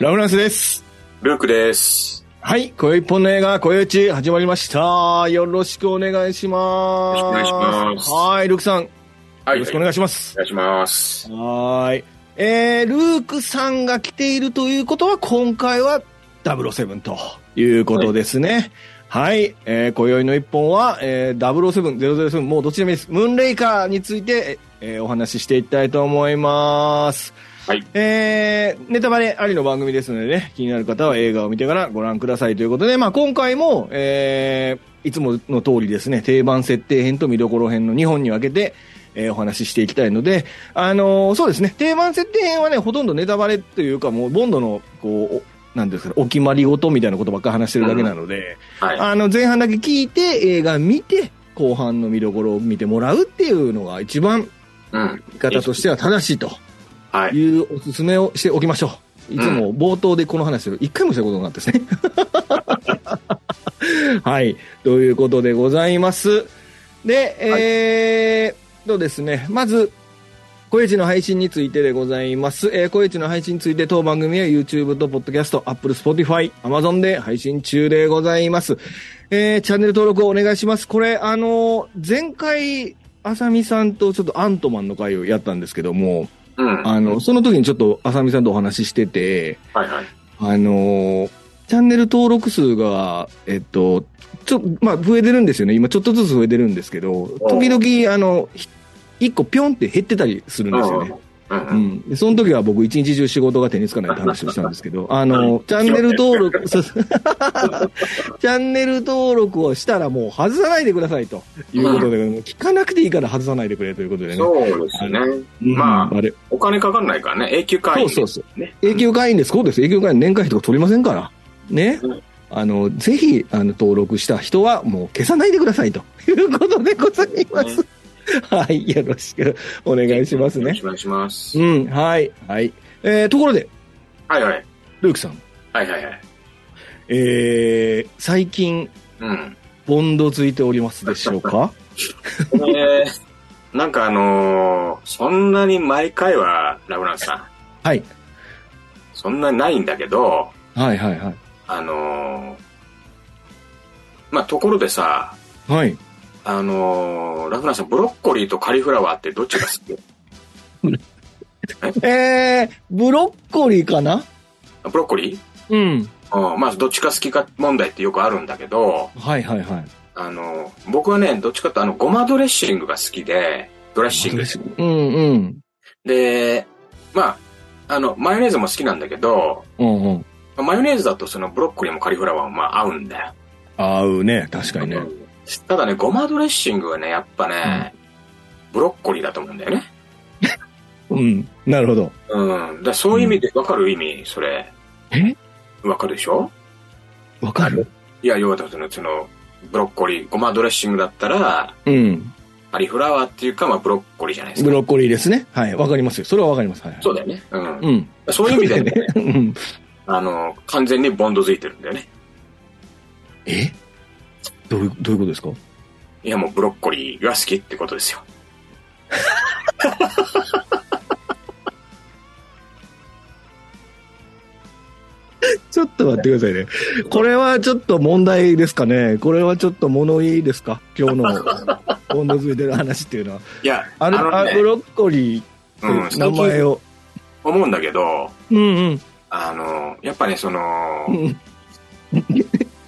ラムランスです。ルークです。はい、今宵一本の映画、今宵一始まりました。よろしくお願いします。よろしくお願いしますはい、ルークさん、よはい。ろしくお願いします。お願いします。はい。えー、ルークさんが来ているということは、今回は007ということですね。はい、えー、今宵の一本は、えー、007、007、もうどっちでもいいです。ムーンレイカーについて、えー、お話ししていきたいと思います。はい。えー、ネタバレありの番組ですのでね、気になる方は映画を見てからご覧くださいということで、まあ今回も、えー、いつもの通りですね、定番設定編と見どころ編の2本に分けて、えーお話ししていきたいので、あのーそうですね、定番設定編はね、ほとんどネタバレというか、もうボンドの、こう、おなんていうんですか、お決まり事みたいなことばっか話してるだけなので、はい。あの、前半だけ聞いて、映画見て、後半の見どころを見てもらうっていうのが一番、うん。見方としては正しいと。はい。いうおすすめをしておきましょう。いつも冒頭でこの話を一回もしたことがなかったですね。 はい。ということでございます。で、えー、とですね、まず、小市の配信についてでございます。えー、小市の配信について当番組は YouTube と Podcast、Apple、Spotify、Amazon で配信中でございます。えー、チャンネル登録をお願いします。これ、あのー前回、あさみさんとちょっとアントマンの回をやったんですけども、うん。はあの、その時にちょっと、あさみさんとお話ししてて、いはい。あのーチャンネル登録数が、えっと、ちょ、まあ、増えてるんですよね。今、ちょっとずつ増えてるんですけど、時々、あの、ひ一個ぴょんって減ってたりするんですよね。う。うんん。でその時は僕、一日中仕事が手につかないって話をしたんですけど、あの、チャンネル登 録、そうチャンネル登録をしたらもう外さないでくださいということで、もう聞かなくていいから外さないでくれということでね。そうですね。うんまあれお金かかんないからね。永久会員。そうそうう。ね。永久会員です。そうです。永久会員年会費とか取りませんから。ねうん。あの、ぜひ、あの、登録した人はもう消さないでくださいと いうことでございます。はい。よろしくお願いしますよろねし。くお願いしますう。ん。はい。はい。えー、ところで、はいはい。ルークさん。はいはいはい。えー、最近、うん。ボンドついておりますでしょう かえー、 なんかあのー、そんなに毎回は、ラブランスさん、はい。そんなにないんだけど、はいはいはい。あのー、まあ、ところでさ、はい。あのー、ラフランスさん、ブロッコリーとカリフラワーってどっちが好きえー、ブロッコリーかなあ ブロッコリーうん。うん、まあ、どっちか好きか問題ってよくあるんだけど、はいはいはい。あの、僕はね、どっちかと、あの、ごまドレッシングが好きで、ドレッシングです。うんうん。で、まあ、あの、マヨネーズも好きなんだけど、うんうん。マヨネーズだとそのブロッコリーもカリフラワーもまあ合うんだよ。合うね。確かにね。ただね、ごまドレッシングはね、やっぱね、ブロッコリーだと思うんだよね。うん。なるほど。うん。だそういう意味で、わかる意味、それ。えわかるでしょわかるいや、要はその、その、ブロッコリー、ごまドレッシングだったら、うん。カリフラワーっていうか、まあ、ブロッコリーじゃないですかブ。ロッコリーですね。はい。わかりますよ。それはわかります。はい。そうだよね。うん。うん。そういう意味でね、うん。あの、完全にボンドづいてるんだよね。えどういう、どういうことですかいや、もうブロッコリーが好きってことですよ。ちょっと待ってくださいね。これはちょっと問題ですかね。これはちょっと物言いですか今 日の、ボンド付いてる話っていうのは。いや、あの、あブね、ロッコリうん、ーって名最前近を。思うんだけど、うんうん。あの、やっぱね、そのう、ん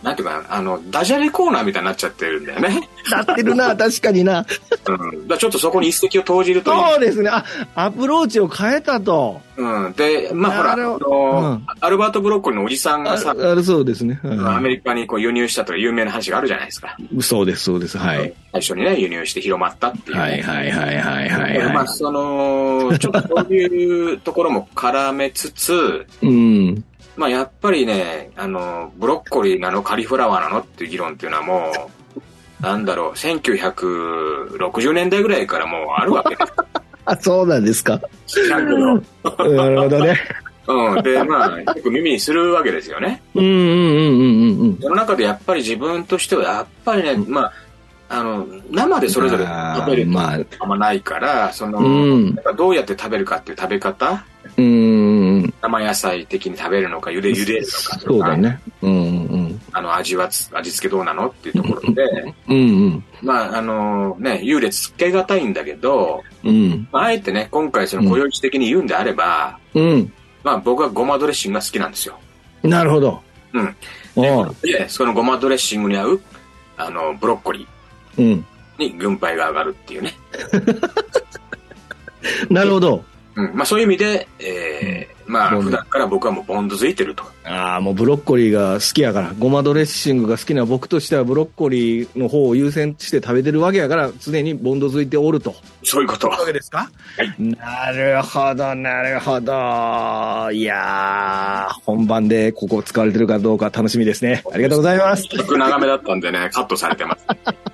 なんていうかな、あの、ダジャレコーナーみたいになっちゃってるんだ よね。なってるな、確かにな。うん。だからちょっとそこに一石を投じるといそうですね。あ、アプローチを変えたと。う。うん。で、まあほら、ああれはの、アルバート・ブロッコリーのおじさんがあさ、あそうですね。はいアメリカにこう輸入したという有名な話があるじゃないですか。そうです、そうです。はい。最初にね、輸入して広まったっていうね。はいはいはいはいはい、はまあ、その、ちょっとそういうところも絡めつつ、 い。うん。まあ、やっぱりね、あの、ブロッコリーなの、カリフラワーなのっていう議論っていうのはもう、なんだろう、1960年代ぐらいからもうあるわけですあ、そうなんですか。 知らんけど。なるほどね。うん。で、まあ、よく耳にするわけですよね。うんうんうんうんうん。その中でやっぱり自分としては、やっぱりね、まあ、あの、生でそれぞれ食べるってまあ、あんまないから、その、うんなんかどうやって食べるかっていう食べ方うんうんうん。生野菜的に食べるのか、茹で、茹でるのかとか、そうだね。うんうんあの、味はつ、味付けどうなのっていうところで、うん。うんまあ、あのね、優劣つけがたいんだけど、うん。うん。まあ、あえてね、今回その、雇用地的に言うんであれば、うん。まあ、僕はごまドレッシングが好きなんですよ。なるほど。うん。おうで、そのごまドレッシングに合う、あの、ブロッコリうん。ーに軍配が上がるっていうね。なるほど。うん。まあ、そういう意味で、えー、まもうあ、ね普段から僕はもうボンド付いてると。ああ、もうブロッコリーが好きやから、ごまドレッシングが好きな僕としては、ブロッコリーの方を優先して食べてるわけやから、常にボンドづいておると。そういうこと。けですか、なるほど、なるほど。いやー、本番でここ使われてるかどうか楽しみですね。ありがとうございます。僕長めだったんでね、カットされてま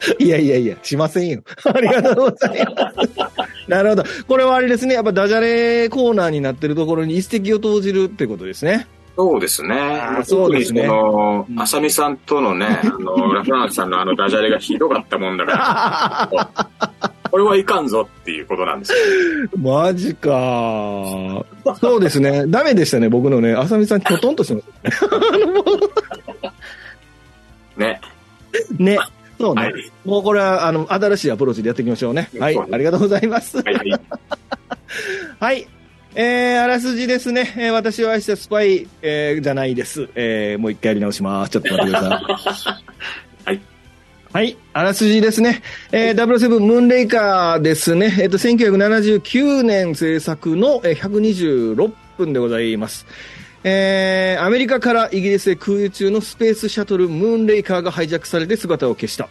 す。いやいやいや、しませんよ。 ありがとうございます。なるほど。これはあれですね、やっぱダジャレコーナーになってるところに一石を投じるってことですね。 そうですね。あーそ特うでにすそねのう、んあさみさんと のね、あの、ラフランスさんのあのダジャレがひどかったもんだ から、これはいかんぞっていうことなんですよ。マジか。そうですね。ダメでしたね、僕のね。浅見さん、きょとんとしてます。ね。ね。そうね。はいもうこれは、あの、新しいアプローチでやっていきましょうね。はい。そうねありがとうございます。はいはい。はい。えー、あらすじですね。えー私は愛したスパイ、えーじゃないです。えーもう一回やり直します。ちょっと待ってください。はい。はい。あらすじですね。えー、W7 ムーンレイカーですね。えっ、と、1979年制作の、えー126分でございます。えーアメリカからイギリスへ空輸中のスペースシャトルムーンレイカーがハイジャックされて姿を消した。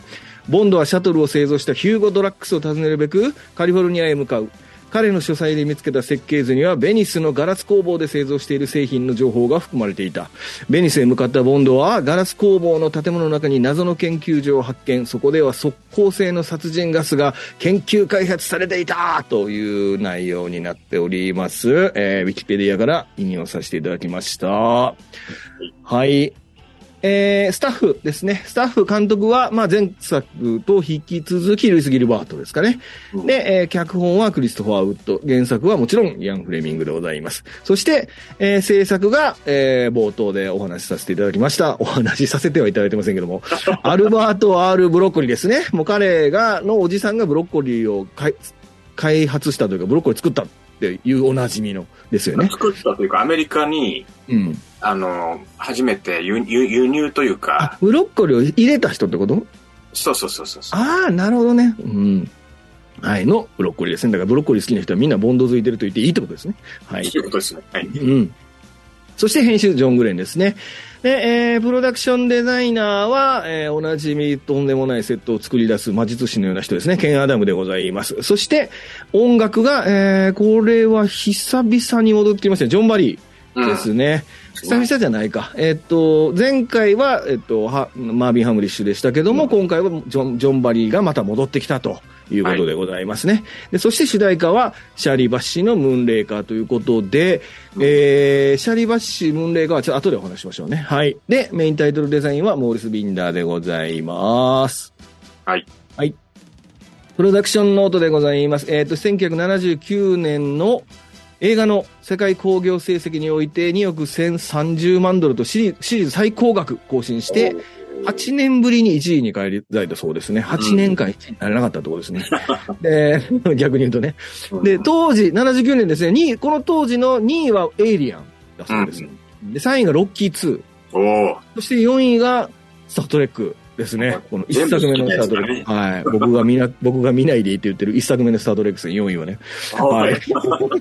ボンドはシャトルを製造したヒューゴ・ドラックスを訪ねるべくカリフォルニアへ向かう。彼の書斎で見つけた設計図にはベニスのガラス工房で製造している製品の情報が含まれていたベニスへ向かったボンドはガラス工房の建物の中に謎の研究所を発見そこでは即効性の殺人ガスが研究開発されていたという内容になっております、えーウィキペディアから引用させていただきましたはいえースタッフですね。スタッフ監督は、まあ、前作と引き続き、ルイス・ギルバートですかね。で、えー脚本はクリストファー・ウッド。原作はもちろん、イアン・フレミングでございます。そして、えー制作が、えー冒頭でお話しさせていただきました。お話しさせてはいただいてませんけど も。アルバート・ R ・ブロッコリーですね。もう彼が、のおじさんがブロッコリーを開開発したというか、ブロッコリー作ったっていうおなじみの、ですよね。 作ったというか、アメリカに、うん。あの、初めて輸輸輸入というあか、、ブロッコリーを入れた人ってことそうそうそうそうそう。ああ、なるほどね。うん。はい、のブロッコリーですね。だからブロッコリー好きな人はみんなボンド付いてると言っていいってことですね。はい。ということですね。はい。うん。そして編集、ジョン・グレンですね。で、えープロダクションデザイナーは、えーおなじみとんでもないセットを作り出す魔術師のような人ですね。ケン・アダムでございます。そして、音楽が、えーこれは久々に戻ってきましたね。ジョン・バリー。うんですね。久々じゃないか。えっと、前回は、えっと、はマービン・ハムリッシュでしたけども、今回はジョン、ジョン・バリーがまた戻ってきたということでございますね。でそして主題歌は、シャーリー・バッシーのムーンレイカーということで、えー、シャーリー・バッシー、ムーンレイカーはちょっと後でお話ししましょうね。はい。で、メインタイトルデザインはモーリス・ビンダーでございます。はい。はい。プロダクションノートでございます。えっ、と、1979年の映画の世界興行成績において2億1030万ドルとシリシリーズ最高額更新して、8年ぶりに1位に返り咲いたそうですね。8年間1位になれなかったってことです ね。で、 逆に言うとね。で、当時、79年ですね、2位、この当時の2位はエイリアンだそうです。で、3位がロッキー2。おおそして4位が、スタートレックですね。この1作目のスタートレック。はい。僕が見な、 僕が見ないでいいって言ってる1作目のスタートレックですね、4位はね。はい。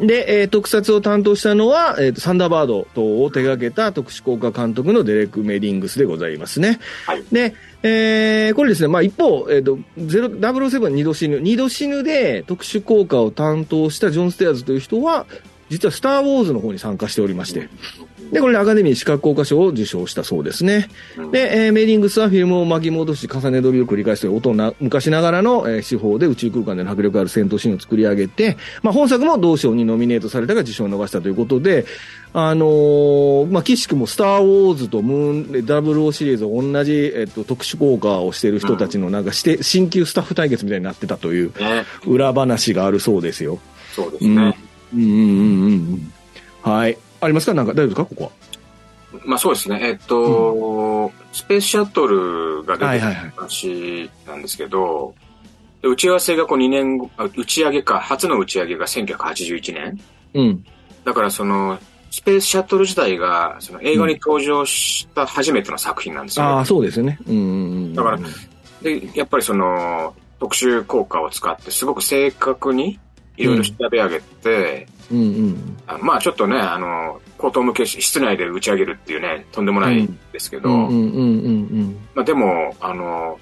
で、えー特撮を担当したのは、えーとサンダーバード等を手掛けた特殊効果監督のデレック・メディングスでございますね。はいで、えーこれですね、まあ一方、えっ、と、ゼロ007は二度死ぬ。二度死ぬで特殊効果を担当したジョン・ステアーズという人は、実はスター・ウォーズの方に参加しておりまして。で、これでアカデミー視覚効果賞を受賞したそうですね。で、えーメイリングスはフィルムを巻き戻し、重ね撮りを繰り返すという音な、昔ながらの、えー手法で宇宙空間での迫力ある戦闘シーンを作り上げて、まあ、本作も同賞にノミネートされたが受賞を逃したということで、あのーまあ、岸くもスター・ウォーズとムーンレ、00シリーズを同じ、えっと、特殊効果をしている人たちのなんかして、新旧スタッフ対決みたいになってたというね。裏話があるそうですよ。そうですうんね。うんうんうんうんうん。はい。ありますかなんか大丈夫ですかここは。まあそうですね。えっと、スペースシャトルが出てきたはい。話なんですけど、で打ち合わせがこう2年後、あ打ち上げか、初の打ち上げが1981年。うん。だからその、スペースシャトル自体が、その映画に登場した初めての作品なんですよ、ああ、そうですよね。うんうんうん。だからうんで、やっぱりその、特殊効果を使って、すごく正確に、いろいろ調べ上げて、うん。あのまあちょっとね、あの、高等向けし、室内で打ち上げるっていうね、とんでもないですけうど、んうんうんうんまあでも、あの、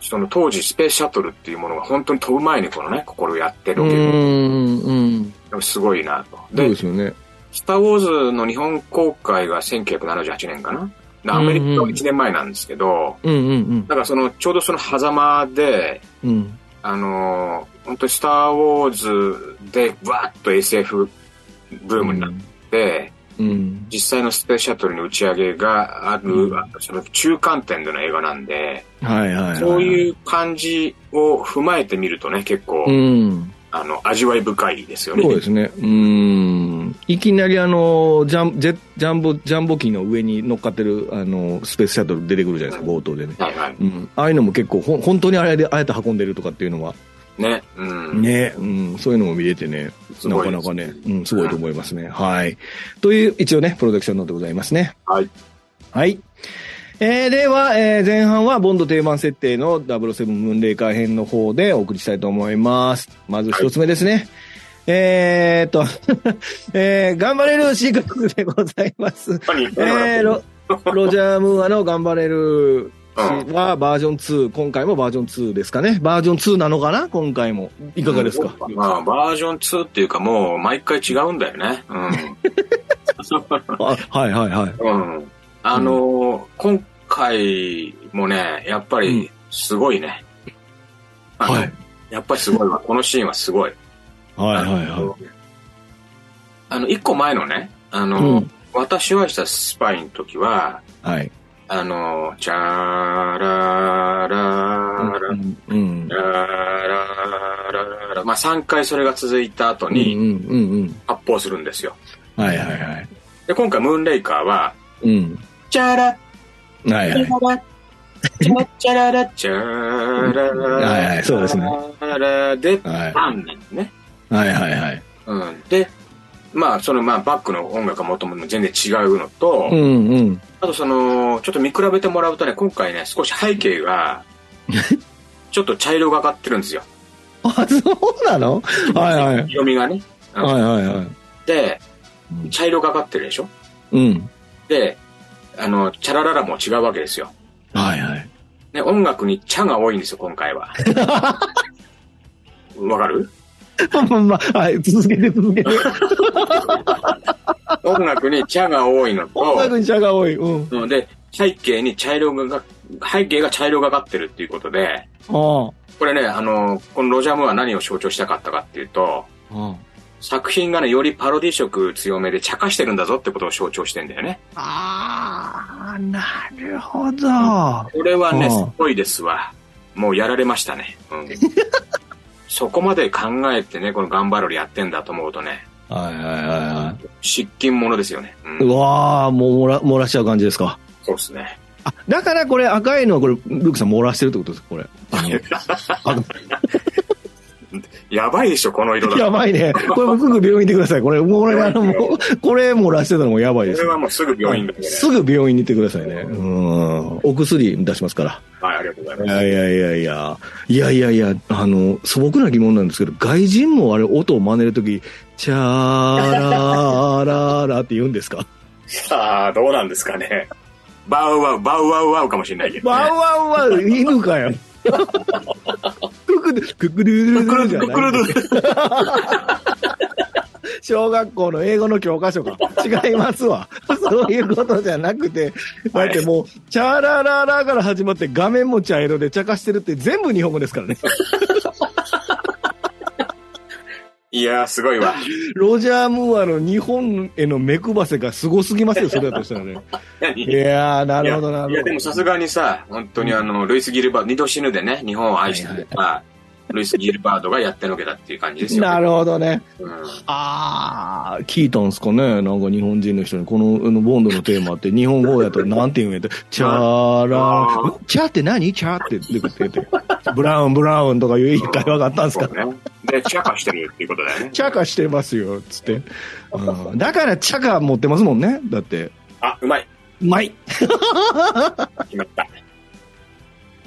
その当時スペースシャトルっていうものが本当に飛ぶ前にこのね、これをやってうん。うロケるんうん。すごいなと。そうでで、すよね。スター・ウォーズの日本公開が1978年かな。でアメリカは1年前なんですけど、うんうんだからその、ちょうどその狭間で、うん。うん。あのー本当にスター・ウォーズで、わーっと SF ブームになって、うん。実際のスペースシャトルの打ち上げがある、うんその中間点での映画なんで、はいはいはい。そうう。いう感じを踏まえてみるとね、結構、うん。あの、味わい深いですよね。そうですね。うん。いきなりあの、ジャン、ジェジャンボ、ジャンボ機の上に乗っかってる、あの、スペースシャトル出てくるじゃないですか、冒頭でね。はいはい。うん。ああいうのも結構、ほん本当にあれで、あえて運んでるとかっていうのは、ね。うん。ね、うん、そういうのも見れてね、すなごかいなですかね、うん、すごいと思いますね。はい。という、一応ね、プロダクションのでございますね。はい。はい。えー、では、えー前半はボンド定番設定の007ムーンレイカー編の方でお送りしたいと思います。まず一つ目ですね。えーっと、 えー、頑張れるシークレットでござい ます。何言ってんのえー、ロロジャー・ムーアの頑張れるはバージョン2、今回もバージョン2ですかね。バージョン2なのかな今回も。いかがですか、まあ、バージョン2っていうかもう、毎回違うんだよね。 あはいはいはい。うん。うん。あのー今回もね、やっぱり、すごいね。あのはい。やっぱりすごいわ。このシーンはすごい。はいはいあのはあの、一個前のね、あうの、ん私はしたスパイの時は、い。はい。あの、チャーラーラーラうん。うん。ラーラーラーラ、まあ3回それが続いた後うんうんにうんうん。発砲するんですよ。はいはいはい。で、今回ムーンレイカーは、うん。チャーラはいはい。チャラチャララチャーラはいはいそうですねララで、はい。バンなんね。はいはいはい。うん。で、まあそのまあバックの音楽はもともと全然違うのと、うんうん。あとその、ちょっと見比べてもらうとね、今回ね、少し背景 が、ちょっと茶色がかってるんですよ。あ、そうなのはいはい。色味がね。はいはいはい。で、茶色がかってるでしょうん。で、あの、チャラララも違うわけですよ。はいはい。ね、音楽に茶が多いんですよ、今回は。 わかるまあまあ、はい、続けて続けて。音楽に茶が多いの音楽と、に茶が多い。うん。うんで、背景に茶色が、背景が茶色がかってるっていうことで、あこれね、あの、このロジャームーは何を象徴したかったかっていうと、あ。作品がね、よりパロディ色強めで茶化してるんだぞってことを象徴してんだよね。ああ、なるほど。これはね、うんすごいですわ。もうやられましたね。 うん、そこまで考えてね、この頑張るやってんだと思うとね、はいはいはいは失禁者ですよね。うんい。うわあ、もう漏ら漏らしちゃう感じですか。そうですね。あ、だからこれ赤いのはこれ、ルークさん漏らしてるってことですかこれ。あのやばいでしょ、この色だと。やばいね。これもうすぐ病院行ってください。これ、もうこれ、あの、もう、これ漏らしてたのもやばいでこすれね、はもうすぐ病院だけね。すぐ病院に行ってくださいね。うん。お薬出しますから。はい、ありがとうございいます。やいやいやいや。いやいやいや、あの、素朴な疑問なんですけど、外人もあれ音を真似るとき、チャーラーラーラーって言うんですかさあ、どうなんですかね。バウワウ、バウワウワウかもしれないけど、ね。ワンワンワ ン、犬かよ。ククドゥ、ククドゥルルルルじゃくるない。くるくる小学校の英語の教科書か。違いますわ。そういうことじゃなくて、だってもう、チャーラーラーラーから始まって画面も茶色で茶化してるって全部日本語ですからね。いやー、すごいわ。ロジャー・ムーアの日本への目配せがすごすぎますよ、それだとしたらね。い何やー、ないるやほど、なるほど。いや、でもさすがにさ、本当にあの、ルイス・ギルバー、二度死ぬでね、日本を愛してくれた、ルイス・ギルバードがやってのけたっていう感じですよ。なるほどね。うんああ、聞いたんすかね。なんか日本人の人に、この、あのボンドのテーマって日本語やったらなんて言うんやって、チャーラあー、チャーって何チャーって出てきて、ブラウン、ブラウンとかいう会話があったんすかそうね。で、チャカしてるっていうことだよね。チャカしてますよ、つって。うんだからチャカ持ってますもんね。だって。あ、うまい。うまい。決まった。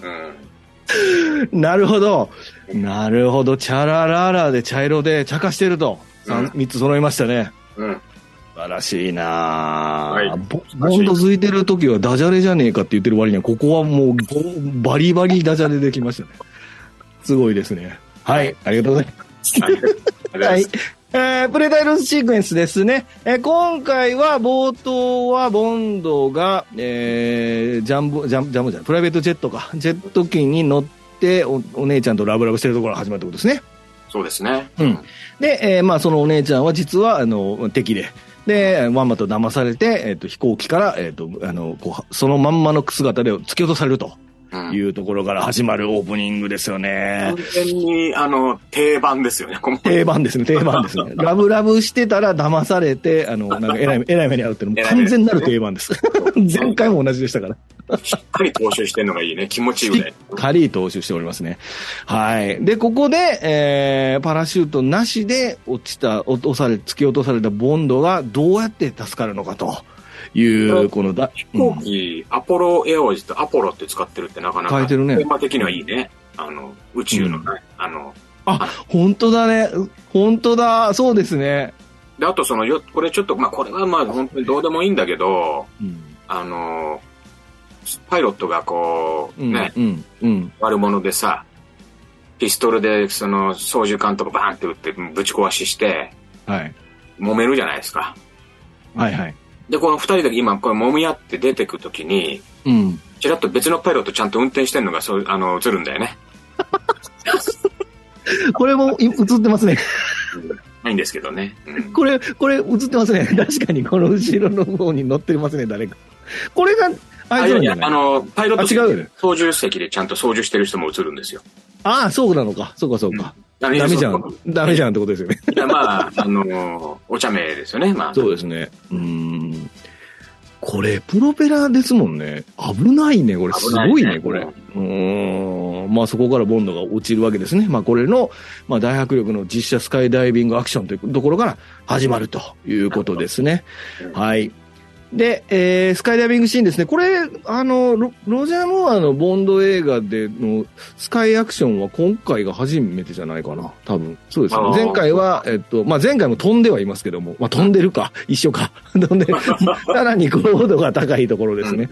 うん。なるほど。なるほど。チャラララで茶色で茶化してると。う三ん三つ揃いましたね。 うん。素晴らしいな、はいボボンド付いてる時はダジャレじゃねえかって言ってる割には、ここはもうぼバリバリダジャレできましたね。すごいですね。はい。ありがとうございます。ありがとうござはいいます。。えープレタイルシークエンスですね。えー今回は冒頭はボンドが、えージャンボ、ジャンジャンボじゃない、プライベートジェットか。ジェット機に乗ってお、お姉ちゃんとラブラブしてるところが始まるってことですね。そうですね。うん。で、えーまあそのお姉ちゃんは実は、あの、敵で。で、ワンマと騙されて、えっ、と、飛行機から、えっ、と、あの、こう、そのまんまの姿で突き落とされるとうんいうところから始まるオープニングですよね完。全に、あの、定番で すよね、この定番ですね、定番です ね。ラブラブしてたら騙されて、あの、なんか、え らい、えらい目に遭うっていうのも完全なる定番です。 前回も同じでしたから。しっかり踏襲してるのがいいね。気持ちいいぐらい。カリー投手しておりますね。はい。で、ここで、えー、パラシュートなしで落ちた、落とされ、突き落とされたボンドがどうやって助かるのかという、このだ、飛行機、アポロエアーズとアポロって使ってるってなかなか、変えてるねテーマ的にはいいね。あの、宇宙のね、あの、本当だね。本当だ。そうですね。で、あとそのよ、これちょっと、まあ、これはまあ、本当にどうでもいいんだけど、うん。あの、パイロットがこう、うん。ね、うん。うん。悪者でさ、ピストルで、その、操縦桿とかバーンって撃って、ぶち壊しして、はい。揉めるじゃないですか。はいはい。で、この二人で今、これ揉み合って出てくときに、 うん。ちらっと別のパイロットちゃんと運転してるのが、そう、あの、映るんだよね。これもい映ってますね。ないんですけどね。うんこれ、これ映ってますね。 確かにこの後ろの方に乗ってますね、誰か。これが、ああれいなんうじねゃないあの、パイロットあ違うよね操縦席でちゃんと操縦してる人も映るんですよ。ああ、そうなのか。そうかそうか。ダダメじゃん。ダメじゃんってことですよね。いや、まあ、あの、お茶目ですよね、まあ。そうですね。うーん。これ、プロペラですもんね。危ないね、これ。す危ないねごいね、これ。うーん。まあ、そこからボンドが落ちるわけですね。まあ、これの、まあ、大迫力の実写スカイダイビングアクションというところから始まるということですねなる。ほはい。で、えースカイダイビングシーンですね。これ、あの、ロロジャー・モアのボンド映画でのスカイアクションは今回が初めてじゃないかな。多分。そうですあね。ー前回は、えっと、まあ、前回も飛んではいますけども、まあ、飛んでるか、一緒か。 飛んで、さらに高度が高いところですね。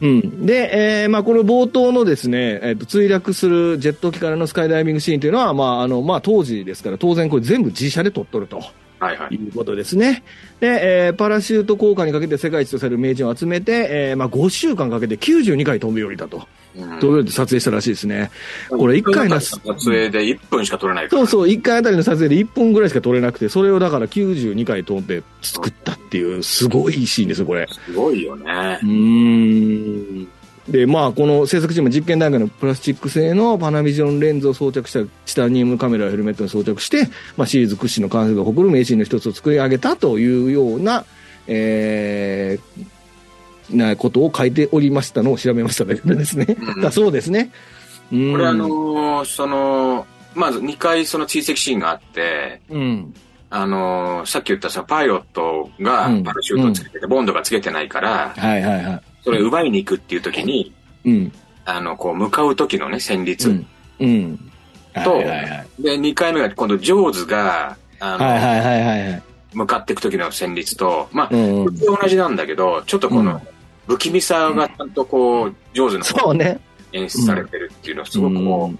うん。で、えーまあ、この冒頭のですね、えっと、墜落するジェット機からのスカイダイビングシーンというのは、まあ、あの、まあ、当時ですから、当然これ全部自社で撮っとると。はいはいと。いうことですね。で、えーパラシュート効果にかけて世界一とされる名人を集めて、えーまあ、5週間かけて92回飛び降りたと。うん飛び降りて撮影したらしいですね。これ一回な撮影で1分しか撮れないからそうそう、1回あたりの撮影で1分ぐらいしか撮れなくて、それをだから92回飛んで作ったっていう、すごいシーンですよ、これ。すごいよねう。ーん。で、まあ、この制作チームは実験段階のプラスチック製のパナビジョンレンズを装着したチタニウムカメラをヘルメットに装着して、まあ、シリーズ屈指の完成度を誇る名シーンの一つを作り上げたというような、えーなことを書いておりましたのを調べましたね。ですね うん。だそうですね。うんこれあ、のーその、まず2回その追跡シーンがあって、うん。あのーさっき言ったそのパイロットがうんパラシュートをつけてて、ボンドがつけてないから、はいはいはそれを奪いに行くっていう時に、い。うん。あの、こう、向かう時のね、戦う律。ん。うん。とはいはいはい。で、2回目が今度、ジョーズが、あの、はいはいはいはいはい。向かっていく時の戦律と、まあう、んうこん。れ同じなんだけど、ちょっとこうんの、不気味さがちゃんとこう、上手なそうね。演出されてるっていうのは、すごくうこんう、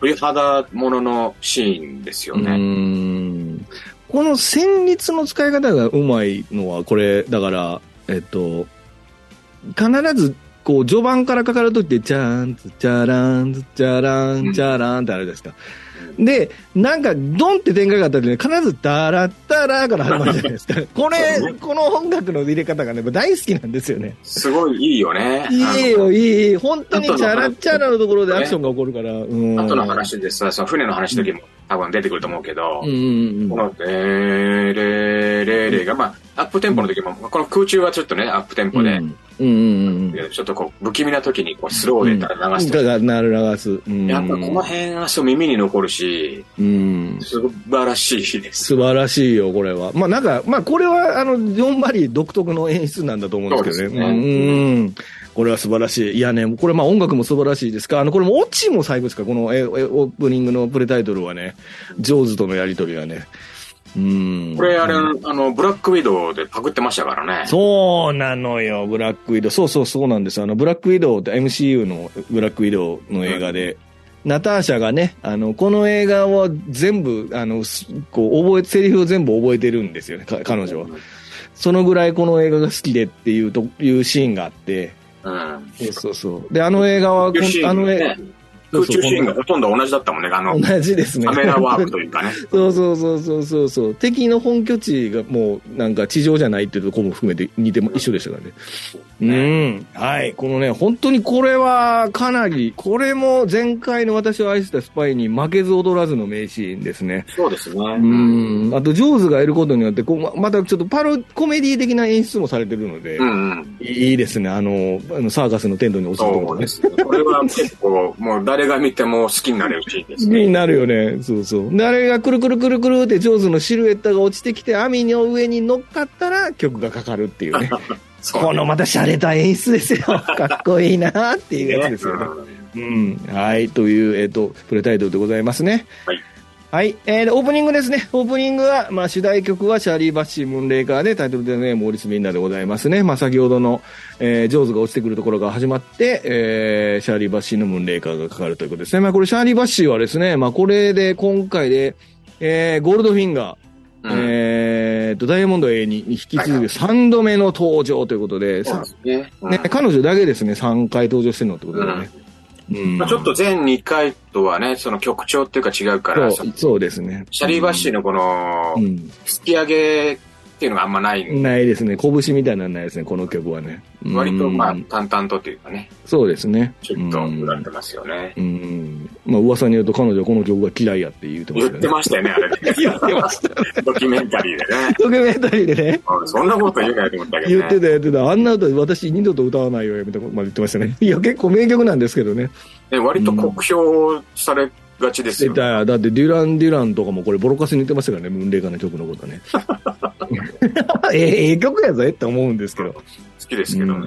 鳥肌もののシーンですようね。ーんこの旋律の使い方がうまいのは、これ、だから、えっと、必ず、こう、序盤からかかるときって、チャーンツ、チャランツ、チャラうン、んチャランってあるじゃないですか。で、なんか、ドンって展開があった時に、必ず、ダラッダラーから始まるじゃないですか。これ、この音楽の入れ方がね、大好きなんですよね。すごいいいよね。いいよ、いい。本当に、チ後のャラ話ッチャラのところでアクションが起こるから。うん。あの後の話でさ、その船の話の時も多分出てくると思うけど、うんうんこうん。の、えー、れーれーれーが、まあ、アップテンポの時も、この空中はちょっとね、アップテンポで、うんうんうん。ちょっとこう、不気味な時にこうスローでたら流してだから、なる流す。うんやっぱこの辺はそう耳に残るし、うん。素晴らしいです。素晴らしいよ、これは。まあ、なんか、まあ、これは、あの、ジョン・バリー独特の演出なんだと思うんですけどね。そううですねんうん。これは素晴らしい。いやね、これ、まあ、音楽も素晴らしいですか。あの、これも、オチも最後ですか、このええオープニングのプレタイトルはね、ジョーズとのやりとりはね。うん。これあれ、うんあの、ブラックウィドウでパクってましたからね。そうなのよ、ブラックウィドウ。そうそうそうなんです。あの、ブラックウィドウって MCU のブラックウィドウの映画で、ナターシャがね、あの、この映画は全部、あの、すこう、覚え、セリフを全部覚えてるんですよね、か彼女は。そのぐらいこの映画が好きでっていうと、いうシーンがあって、うん。そうそうそう。で、あの映画は、こ空中シんーあンのが映ねそう空そう中シーンがほとんど同じだったもんね、あの、同じですね。カメラワークという かね。そうそうそうそうそうそう敵の本拠地がもうなんか地上じゃないっていうとこも含めて似ても一緒でしたからねうんはいこのね本当にこれはかなりこれも前回の私を愛したスパイに負けず劣らずの名シーンですねそうですね。うん。うんあとジョーズがいることによってこうままたちょっとパロコメディ的な演出もされてるので、うんうん。いいですねあのあのサーカスのテントに落ちるとこそろうねですね。これは結構、もう誰が見ても好きになれるシーンですにね。なるよね。そうそう。で、あれがくるくるくるくるって、ジョーズのシルエットが落ちてきて、網の上に乗っかったら曲がかかるっていうね。そうこのまた洒落た演出ですよ。かっこいいなっていうやつですよね。ううん。はい。という、えっ、と、プレタイトルでございますね。はい。はい。えーでオープニングですね。オープニングは、まあ、主題曲はシャーリー・バッシー・ムーンレイカーで、タイトルでね、モーリス・ミンナーでございますね。まあ、先ほどの、えージョーズが落ちてくるところが始まって、えーシャーリー・バッシーのムーンレイカーがかかるということですね。まあ、これ、シャーリー・バッシーはですね、まあ、これで、今回で、えーゴールドフィンガー、んうんえーと、ダイヤモンド A に引き続きはいはい3度目の登場ということで、そうさですね。うんね、彼女だけですね、3回登場してるのってことだよね。うんまあちょっと前2回とはね、その曲調っていうか違うから、そうそうですね。シャリーバッシーのこのう、ん、突き上げっていうのがあんまないんで、ないですね。拳みたいなのはないですね、この曲はね。うん割とまあ淡々とというかね、そうですね。ちょっと売られてますよね。うん。うんまあ、噂によると彼女はこの曲が嫌いやって言うてまし言ったよてね。ましたよね、あれね。 言ってました。ドキュメンタリーでね。ドキュメンタリーでね、うんそんなこと言うかよと思ったけ言どってね。た言ってた。あんな歌私二度と歌わないよ、みたいなことまで言ってましたね。いや、結構名曲なんですけどね。ね割と酷評されがちです出よね。ただってデュラン・デュランとかもこれボロカスに似てましたからね、ムーンレイカーの曲のこと ね。ええええ曲やぜって思うんですけど。好きですけどね。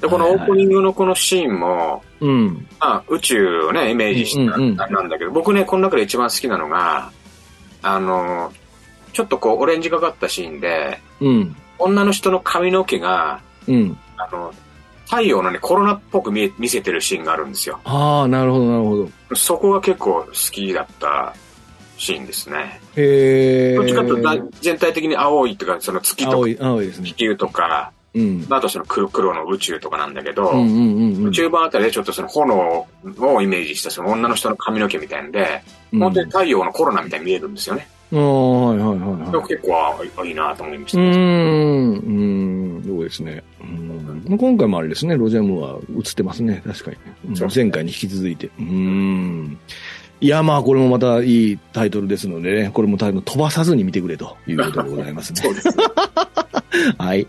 で、んこのオープニングのこのシーンも、うん。まあ、宇宙をね、イメージしたうんうんあれなんだけど、僕ね、この中で一番好きなのが、あの、ちょっとこう、オレンジがかったシーンで、うん。女の人の髪の毛が、うん。あの、太陽のね、コロナっぽく見え見せてるシーンがあるんですよ。ああ、なるほど、なるほど。そこが結構好きだったシーンですね。へえ。どっちかというとだ全体的に青いとか、その月と青かい、青いですね地。球とか、うん。あとその黒黒の宇宙とかなんだけど、うんうんうんうん。中盤あたりでちょっとその炎をイメージしたその女の人の髪の毛みたいんで、うん本当に太陽のコロナみたいに見えるんですよね。ああ、はいはいはいそれはもい。結構ああいいなと思いましたうね。ん。うん。そうですね。うん。今回もあれですね、ロジャムは映ってますね、確かに。うんそう前回に引き続いて。うん。いや、まあ、これもまたいいタイトルですのでね、これもタイトル飛ばさずに見てくれということでございますね。 そうですね。はい。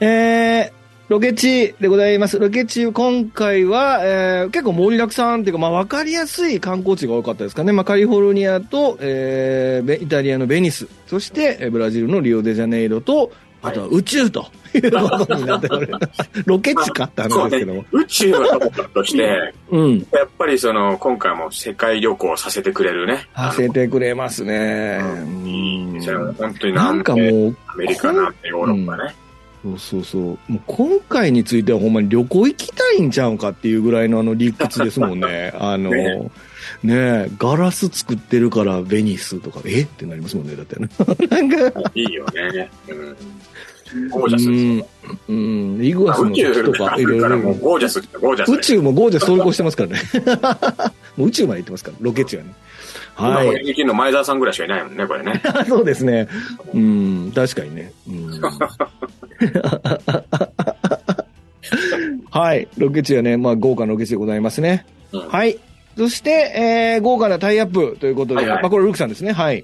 えー、ロケ地でございます。ロケ地、今回は、えー結構盛りだくさんっていうか、まあ、わかりやすい観光地が多かったですかね。まあ、カリフォルニアと、えーベイタリアのベニス、そして、えーブラジルのリオデジャネイロと、あとは宇宙ということになっており ます。ロケ地かって話そうですけどねも。。宇宙はともかくとして、うん。やっぱりその、今回も世界旅行をさせてくれるね。させてくれますね。うんいいそれは本当にななんんかかももう、う、アメリカなんてヨーロッパね。そうそうそう。もう今回についてはほんまに旅行行きたいんちゃうんかっていうぐらいのあの理屈ですもんね。 あの、ねねえ、ガラス作ってる からベニスとか、えってなりますもんね。だってね。なんか、いいよね。うん。ゴージャスですよ。うん、うん、イグアスの宇宙時とのか、い来ろるいからろもうゴージャスってゴージャス宇です。宙もゴージャス走行してますからね。 もう宇宙まで行ってますから、ロケ地はね。今はこいれ。できるの前澤さんぐらいしかいないもんね、こ れね。そうですね。うん、確かにね。うんはい、ロケ地はね、まあ豪華なロケ地でございますね。うんはい。そして、えー豪華なタイアップということで、はいはいまあこれルークさんですね。はい。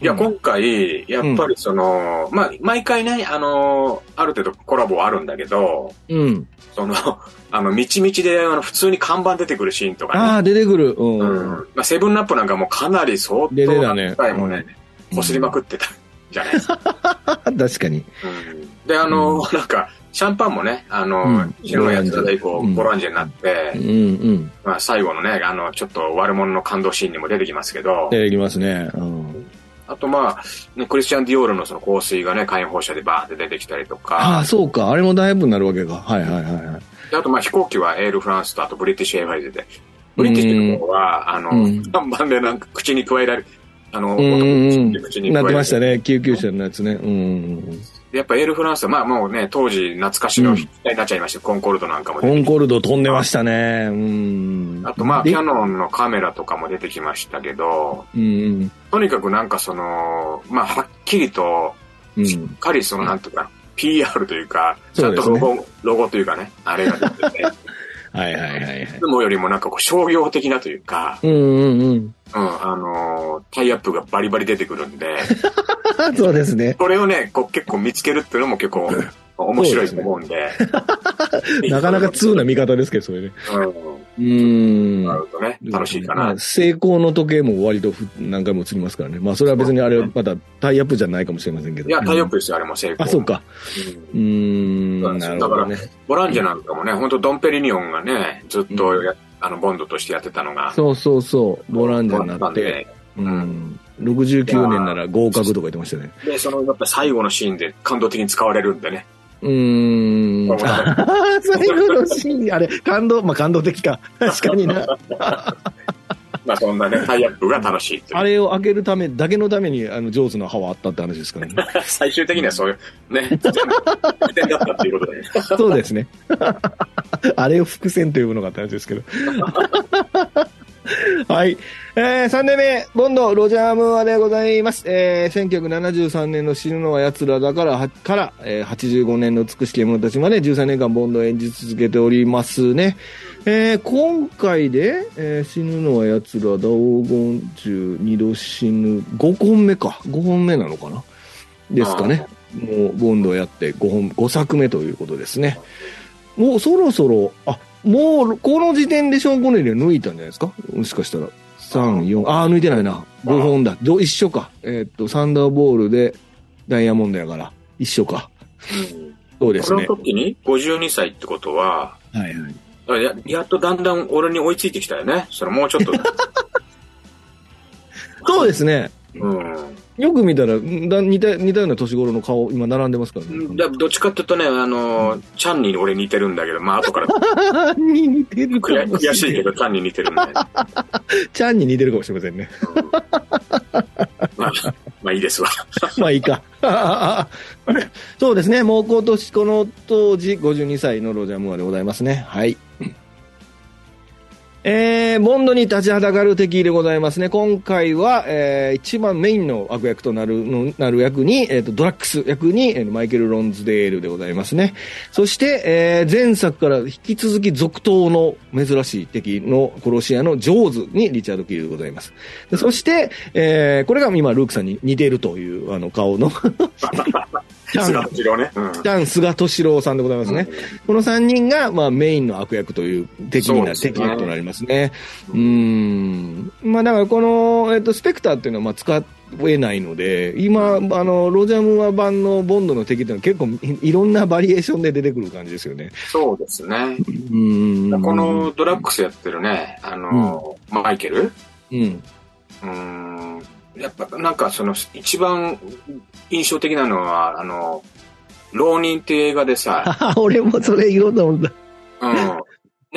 いや、うん今回、やっぱりその、まあ、毎回ね、あの、ある程度コラボはあるんだけど、うん。その、 あの、みちみちで、あの、普通に看板出てくるシーンとあかね。あ、出てくる。うん。うん。まあ、セブンラップなんかもかなり相当出てたね何回もね、うんこすりまくってたじゃないで すか。確かに。うんで、あの、なんか、シャンパンもね、あのうん、昨日やってた以降、うんボランジェになってうん、うん。まあ、最後のね、あの、ちょっと悪者の感動シーンにも出てきますけど、出てきますね。うん、あとまあ、ね、クリスチャン・ディオールのその香水がね、火炎放射でバーって出てきたりとあか、あ、そうか。あれもだいぶになるわけか。はいはいはいはい。であとまあ飛行機はエール・フランスとあとブリティッシュ・エアワイズで、ブリティッシュの方は、あのうん、看板でなんか口に加えられ、あの、うんうん男の口うにん。加なえってられましたね。救急車のやつね。うんうんうん。やっぱエール・フランスは、まあもうね、当時懐かしの機体になっちゃいました、コンコルドなんかもコ出てンコルド飛んでましたね。うん。あとまあ、キでャノンのカメラとかも出てきましたけど、うんとにかくなんかその、まあ、はっきりと、うん。うしっん。かりその、なんとか、PR というか、ちゃんとそうロですゴ、ロゴというかね、あれが出てて、いはいはいはいはいつ。もよりもなんかこう商業的なというか、うんうんうん。うん、あのータイアップがバリバリ出てくる んで、そうですね。これをね、こう結構見つけるっていうのも結構面白いと思うんで。 なかなか通な見方ですけど、それね。ううん、んなるとね、楽しいかまなあ。成功の時計も割とふ何回も映りますからね。まあ、それは別にあれはまだタイアップじゃないかもしれませんけど。いや、タイアップ。プですよ、あれも成功。あ、そうか。ううんーんそう。ですなるほどね。ボランジェなんかもね、本当ドンペリニオンがね、ずっとや、あの、ボンドとしてやってたのが、そうそうそう。ボランジャーになって。ううなんだん。69年なら合格とか言ってましたね。で、その、やっぱ最後のシーンで感動的に使われるんでね。うーん。これもなんか 最後のシーン、あれ、感動、まあ感動的 か。確かにな。まあそんなね、タイアップが楽しいといあう。れを開けるためだけのために、あの、ジョーズの歯はあったって話ですからね。 最終的にはそういう、ね、全部起点だったっていうことで、ね。そうですね。 あれを伏線と呼ぶのがって話ですけど。 はい。えー、3年目、ボンド、ロジャー・ムーアでございます。えー、1973年の死ぬのは奴らだから、はから、えー、85年の美しき者たちまで13年間ボンドを演じ続けておりますね。えー、今回で、えー、死ぬのは奴らだ、黄金中、二度死ぬ、5本目か。5本目なのかなですかね。もうボンドをやって5本、5作目ということですね。もうそろそろ、あ、もうこの時点でショーン・コネリーは抜いたんじゃないですかもしかしたら。3、4、あー抜いてないな。5本だ。ど一緒か。えーっと、サンダーボールでダイヤモンドやから、一緒か。うんそう ですそのね。は時に52歳ってことは、いはい。ややっとだんだん俺に追いついてきたよね。そのもうちょっと。 そうですね。うん。よく見たら、んだ似た似たような年頃の顔、今並んでますからね。だどっちかっていうとね、あの、チャンに俺似てるんだけど、まあ後からに似てるか 悔もしれ悔んしいけど、チャンに似てるんだよね。ちゃんに似てるかもしれませんね。うんまあ、まあいい ですわ。まあいいか。そうですね。もう今年この当時52歳のロジャー・ムーアでございますね。はい。えー、ボンドに立ちはだかる敵でございますね。今回は、えー、一番メインの悪役となる、のなる役に、えっ、と、ドラッグス役に、えーマイケル・ロンズデールでございますね。そして、えー、前作から引き続き続投の珍しい敵の殺し屋のジョーズにリチャード・キールでございます。でそして、えー、これが今、ルークさんに似てるという、あの、顔の、ダン菅八郎ね。うんダン・菅敏郎さんでございますね。この3人が、まあ、メインの悪役という敵にな、そうですね敵役となりますね。うーん。まあ、だからこの、えっと、スペクターっていうのは、まあ、使えないので、今、あの、ロジャームーア版のボンドの敵っていうのは結構いいろんなバリエーションで出てくる感じですよね。そうですね。うーん。こ、のドラッグスやってるね、あの、マイケルうん。うーん、やっぱなんかその一番印象的なのは、あの、浪人っていう映画 でさ、あ俺もそれ言おうと思った。うん、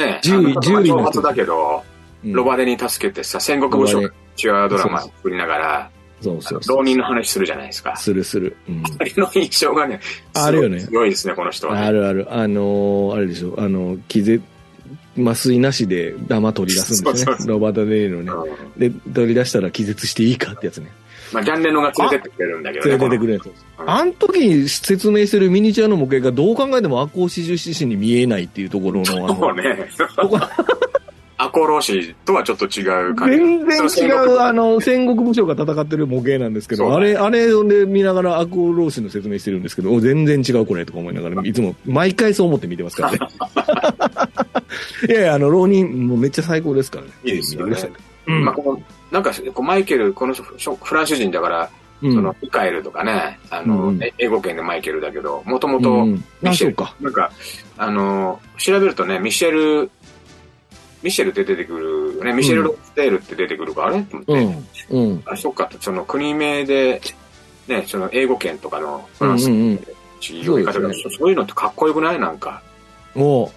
ね獣医あの獣医の人長髪だけど、ロバデに助けてさ、戦国武将の父親ドラマ作りながら、そうそうそう浪人の話するじゃないですか。するする。うんあれの印象がね、ああるよねすごいですね、この人は、ね。あるある。あのーあれでしょ。あの、気絶、麻酔なしで玉取り出すんですそうよそね。うそうロバート・デ・ニーロね。うで、ん取り出したら気絶していいかってやつね。まあ、ジャンレノが連れてってくれるんだけどね。連れてくるやつ。あん時に説明してるミニチュアの模型がどう考えても赤光四十四視に見えないっていうところの、あこのの子、ね。 アコロシとはちょっと違う感じ。全然そ違の戦国う、あの、戦国武将が戦ってる模型なんですけそうど、あれ、あれで見ながら悪王老子の説明してるんですけど、お全然違うこれとか思いながら、いつも、毎回そう思って見てます からね。いやいや、あの、浪人、もうめっちゃ最高ですからね。いいですよ見てねくださ。いうんまあ、このなんかこうマイケル、この人フフランス人だから、うんそのミカエルとかね、あの、うんえ英語圏でマイケルだけど、もともうとんあ、ミそシェル、うか。なんか、あの、調べるとね、ミシェル、ミシェルって出てくるよね、ミシェル・ロッテールって出てくるから、あれと思って、うん。うん。あ、そっか、その国名で、ね、その英語圏とかのフランスうんうんうん地域方そうがですねそういうのってかっこよくないなんか、おう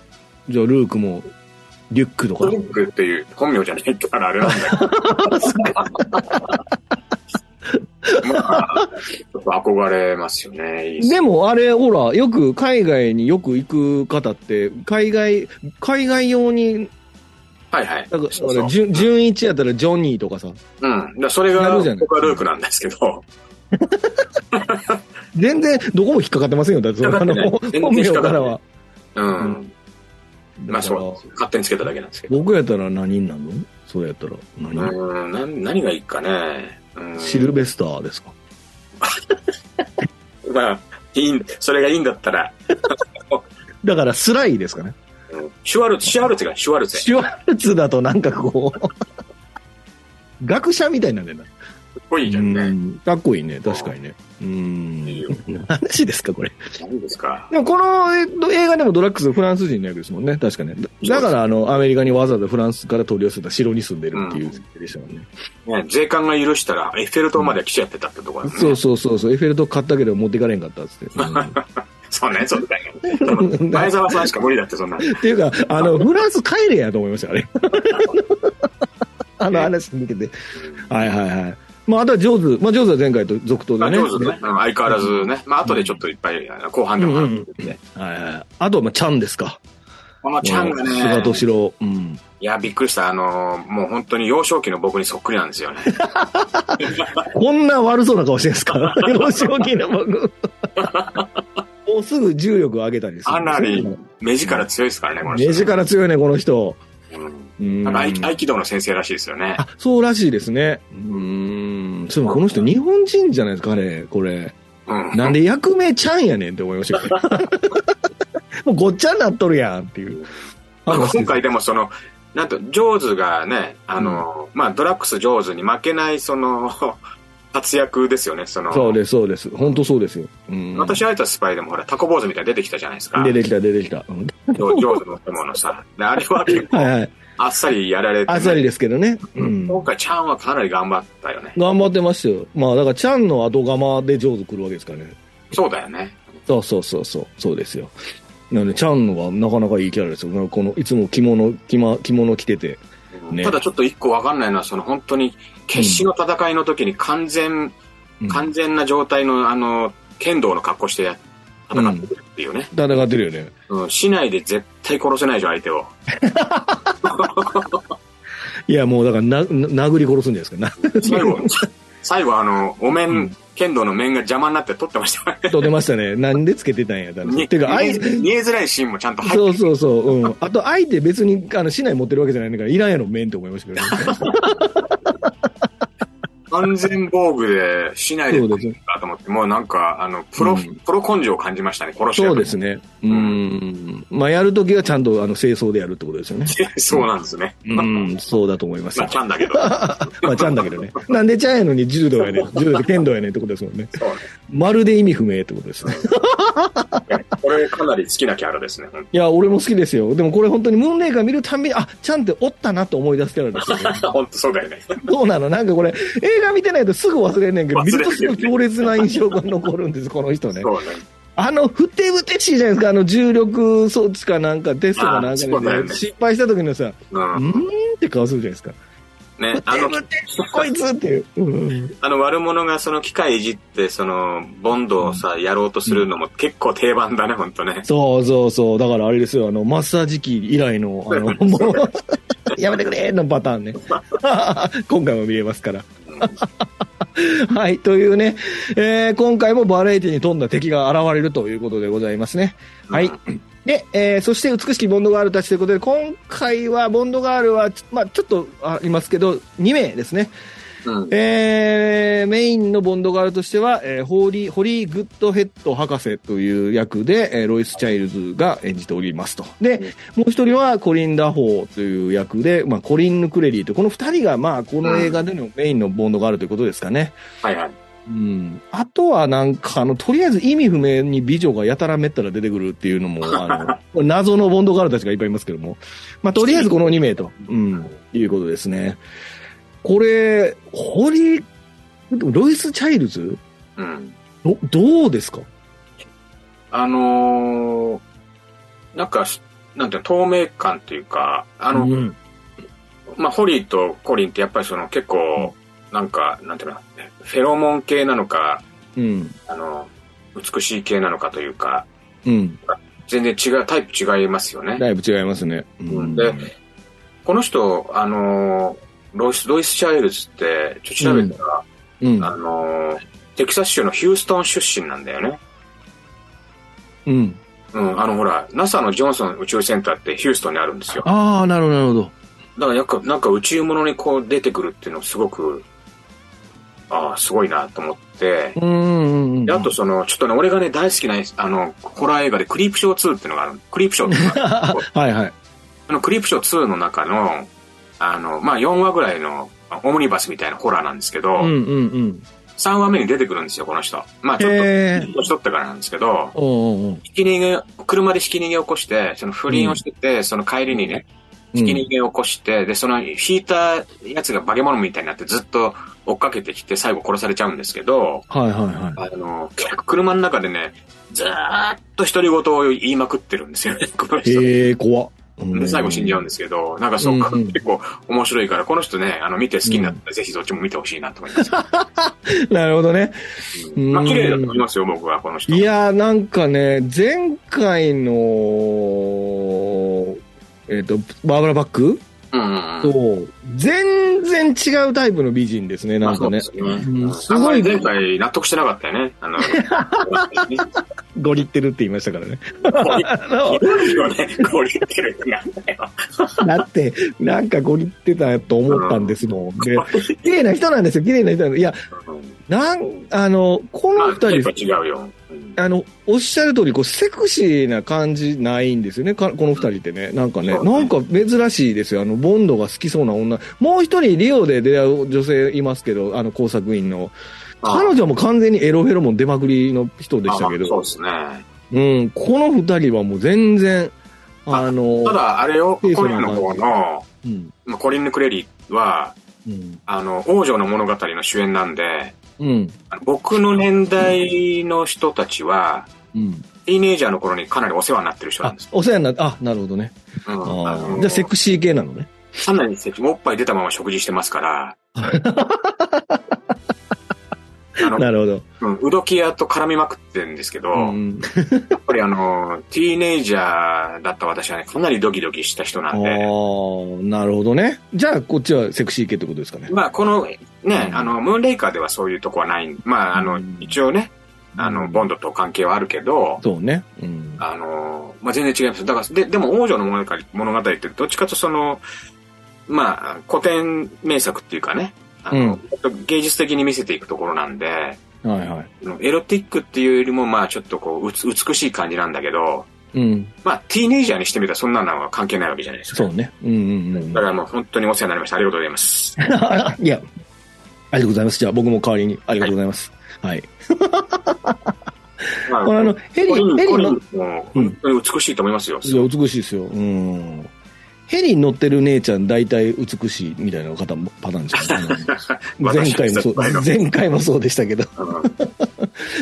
じゃあ、ルークも、リュックとかト。リックっていう本名じゃないからあれなんだけど。まあ、ちょっと憧れますよね。いいっすでもあれ、ほら、よく海外によく行く方って、海外、海外用に、はいはい。なんか、そうあそのう順順一やったらジョニーとかさ、うん。だからそれやがるじゃない僕はルークなんですけど、全然どこも引っかかってませんよ、だってその、あの引っかかってない本名からは。うん。うんまあそだかう、勝手につけただけなんですけらど。僕やったら何になるのそれやったら何、うん、な何がいいかね。うん、シルベスターですかまあ、いいん、それがいいんだったら、だからスライですかね。うんシュワルツ、シュワルツが、シュワルツ。シュワルツだとなんかこう、学者みたいなんだよな。かっこいいじゃんうね。んかっこいいね、確かにね。うんいいよ。話ですか、これ。何ですか。でもこのえっと映画でもドラッグスフランス人の役ですもんね、確かね。だだからあのアメリカにわざわざフランスから取り寄せた城に住んでるっていう設定でしたもんね。ね、税関が許したら、エッフェル塔まで来ちゃってたってところ、ねそうそうそうそう、エッフェル塔買ったけど持ってかれんかったっつ って。うんっそうね、そうだよ。前澤さんしか無理だって、そんな。ていうか、あのフランス帰れやと思いました、あれ。あの話見てて。はいはいはい。まあ、あとはジョーズ。まあ、ジョーズは前回と続投まであ、ね。上手ね。うん相変わらずね。まあ、後でちょっといっぱい、あの後半でも話してね。はいはい。あとは、まあ、チャンですか。このチャンもがう菅敏ね、郎。うん。いや、びっくりした。あのー、もう本当に幼少期の僕にそっくりなんですよね。こんな悪そうな顔してるんです か幼少期の 僕。もうすぐ重力を上げたりする。かなり目力強いですからね、この人。目力強いね、この人。うんうんなんか合気合気道の先生らしいですよね。あ、そうらしいですね。うーん。そういえばこの人、日本人じゃないですか、彼、これ。うん。なんで役名ちゃんやねんって思いましたけど。 もうごっちゃになっとるやんっていう。まあ今回でもその、なんと、ジョーズがね、あのー、まあ、ドラッグス・ジョーズに負けない、その、活躍ですよね、その。そうです、そうです。本当そうですよ。うん。私会えたスパイでもほら、タコ坊主みたいなの出てきたじゃないですか。出てきた、出てきた。うんジョジョーズの雲のさ。であれ は結構、はいはい。あっさりやられて、あっさりですけどね。ううんん。。今回、チャンはかなり頑張ったよね。頑張ってましたよ。まあ、だから、ちゃんの後釜で上手来るわけですからね。そうだよね。そうそうそうそう、そうですよ。なので、ちゃんのはなかなかいいキャラですよ。なんかこの、いつも着物、着ま、着物着てて。ねただちょっと一個わかんないのは、その本当に、決死の戦いの時に完全、うん完全な状態の、あの、剣道の格好してや戦ってくるっていうね、戦ってるよね。うん。市内で絶対殺せないでしょ、相 手を。いや、もうだからな、な、殴り殺すんじゃないですか。最後、最後、あの、お面、うん剣道の面が邪魔になって取って ましたね。な、と出ましたね。なんでつけてたんやったら。見えてか、あい、見えづらいシーンもちゃんと入ってそうそうそう、うん。あと、相手別に、あの、市内持ってるわけじゃないんだから、いらんやろ、面って思いました けど、ね。完全防具で市内でそう来でするかと思って、もうなんか、あの、プロ、うんプロ根性を感じましたね、殺しそうですね。ね。うん。まあ、やるときはちゃんと、あの、清掃でやるってことですよね。 そうなんですね。うん、そうだと思います まあ、よ。ちゃんだけど。まあ、ちゃんだけどね。なんでちゃんやのに柔道や ねん。柔道で剣道やねんってことですもんね。そうねまるで意味不明ってことですね。いやこれかなり好きなキャラですね。う んいや、俺も好きですよ。でもこれ本当にムーンレイカー見るたんびに、あ、ちゃんっておったなと思い出すキャラですよね。本当そう だよね。そうなのなんかこれ、映画見てないとすぐ忘れんねんけど、忘見れるるとよすねぐ強烈な印象が残るんです、この人ね。そうね。あの、ふてぶてしいじゃないですか。あの、重力装置かなんか、テストかなんあーそうだかよで、ね失敗した時のさ、うう。んーんって顔するじゃないですか。ね、ああのの、こいつっていう。うんあの悪者がその機械いじって、その、ボンドをさ、やろうとするのも結構定番だね、ほんとね。そうそうそう。だからあれですよ、あの、マッサージ機以来の、あの、もう、 やめてくれのパターンね。 今回も見れますから。 はい、というね、えー今回もバラエティに富んだ敵が現れるということでございますね。はい。で、えーそして美しきボンドガールたちということで、今回はボンドガールは、ちまあ、ちょっとありますけど、2名ですね。うん。えーメインのボンドガールとしては、えーホーリー、ホリー・グッドヘッド博士という役で、えーロイス・チャイルズが演じておりますと。で、もう一人はコリン・ダホーという役で、まあ、コリン・ヌクレリーと、この二人が、まあ、この映画でのメインのボンドガールということですかね。はいはい。うん。あとはなんか、あの、とりあえず意味不明に美女がやたらめったら出てくるっていうの も、あの、謎のボンドガールたちがいっぱいいますけども。まあ、とりあえずこの2名と、うん、いうことですね。これ、ホリー、ロイス・チャイルズうん。ど、どうですかあのー、なんかし、なんていうの透明感というか、あの、うん、まあ、ホリーとコリンってやっぱりその結構、なんか、なんていうの、フェロモン系なのか、うん、あの、美しい系なのかというか、うん。全然違う、タイプ違いますよね。だいぶ違いますね。うで、この人、あの、ロイス、ロイス・チャイルズって、ちょっと調べたら、うん、あの、テキサス州のヒューストン出身なんだよね。うん。うん、あの、ほら、NASA のジョンソン宇宙センターってヒューストンにあるんですよ。ああ、なるほど、なるほど。だからやっぱ、なんか宇宙物にこう出てくるっていうのすごく、ああ、すごいなと思って、うん、うん、うん。であと、その、ちょっとね、俺がね、大好きな、あの、ホラー映画で、クリープショー2っていうのがある。クリープショーっていう のがある はい、はい。あの、クリプショ2の中の、あの、まあ、4話ぐらいの、オムニバスみたいなホラーなんですけど、うん、うん、うん。 3話目に出てくるんですよ、この人。まあ、ちょっと、へー年取ったからなんですけど、おうおうおうひき逃げ、車でひき逃げを起こして、その不倫をしてて、その帰りにね、ひき逃げを起こして、で、その引いたやつが化け物みたいになってずっと追っかけてきて、最後殺されちゃうんですけど、はい、はい、はい。あの、 車の中でね、ずーっと独り言を言いまくってるんです よね、この人。へえ、怖っ。で、最後死んじゃうんでですけど、なんかそっか、うんうん結構面白いから、この人ね、あの、見て好きになったら、ぜひそっちも見てほしいなと思います。す。なるほどね。うんま あ、うん綺麗だと思いますよ、僕は、この人。いやー、なんかね、前回の、えっ、と、バーバラ・バックうんうんうとん。、全然違うタイプの美人ですね、まなあんかね。そうですうねんすあんまごりい前回納得してなかったよね。 あの、ゴリってるって言いましたからね。ゴリをね、ゴリってるってなん だよ。だって、なんかゴリってたと思ったんですもん。で、綺麗な人なんですよ、綺麗な人なんです。いや、うんなん、あの、こ まのあ、二人やっぱ、違うよ。うんあの、おっしゃる通り、こう、セクシーな感じないんですよね、かこの二人ってね。なんかね、そうねなんか珍しいですよ。あの、ボンドが好きそうな女。もう一人、リオで出会う女性いますけど、あの、工作員の。彼女も完全にエロフェロモン出まくりの人でしたけあまあそうど、ですね。うん、この二人はもう全然、あの、ただ、あれよ、いい今夜の方の、うん、まあコリンヌ・クレリは、うん、あの、王女の物語の主演なんで、うん、あの僕の年代の人たちは、うん。ティーネイジャーの頃にかなりお世話になってる人なあんです、。お世話になって、あ、なるほどね。うんああのーじゃあ、セクシー系なのね。かなりセクシー。おっぱい出たまま食事してます から。あのなるほど。うん、うどき屋と絡みまくってるんですけど、うん、やっぱりあの、ティーネイジャーだった私はね、かなりドキドキした人あなあんで、ー、なるほどね。じゃあ、こっちはセクシー系ってことですかね。まあこのね、うんあの、ムーンレイカーではそういうとこはない。まああうのん、一応ね、あの、ボンドと関係はあるけど、そうね。うん。あの、まあ、全然違います。だから、で、でも王女の物語物語ってどっちかとその、まあ、古典名作っていうかね、あの、芸術的に見せていくところなんで、はいはい。エロティックっていうよりも、まあ、ちょっとこううつ、美しい感じなんだけど、うん。まあ、ティーネイジャーにしてみたらそんなのは関係ないわけじゃないですか。そうね。うんうん うんだからもう本当にお世話になりました。ありがとうござ います。。いや、ありがとうございます。じゃあ僕も代わりにありがとうございます。はい。まあこれあの、ヘリ、ヘコリンリコリのン、も本当に美しいと思いますよ。いや、美しいですよ。うん。ヘリに乗ってる姉ちゃん、大体美しいみたいな方もパターンじゃないです か。うん前回もそう私の、前回もそうでしたけど。うん